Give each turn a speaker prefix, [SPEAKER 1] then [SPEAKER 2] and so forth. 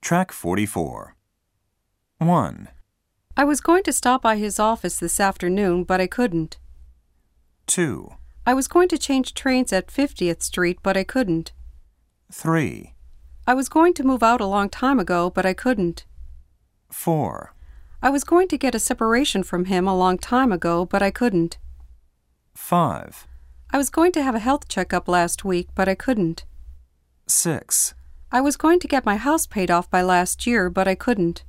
[SPEAKER 1] Track 44. 1,
[SPEAKER 2] I was going to stop by his office this afternoon, but I couldn't.
[SPEAKER 1] 2,
[SPEAKER 2] I was going to change trains at 50th Street, but I couldn't.
[SPEAKER 1] 3,
[SPEAKER 2] I was going to move out a long time ago, but I couldn't.
[SPEAKER 1] 4,
[SPEAKER 2] I was going to get a separation from him a long time ago, but I couldn't.
[SPEAKER 1] 5,
[SPEAKER 2] I was going to have a health checkup last week, but I couldn't.
[SPEAKER 1] 6.
[SPEAKER 2] I was going to get my house paid off by last year, but I couldn't.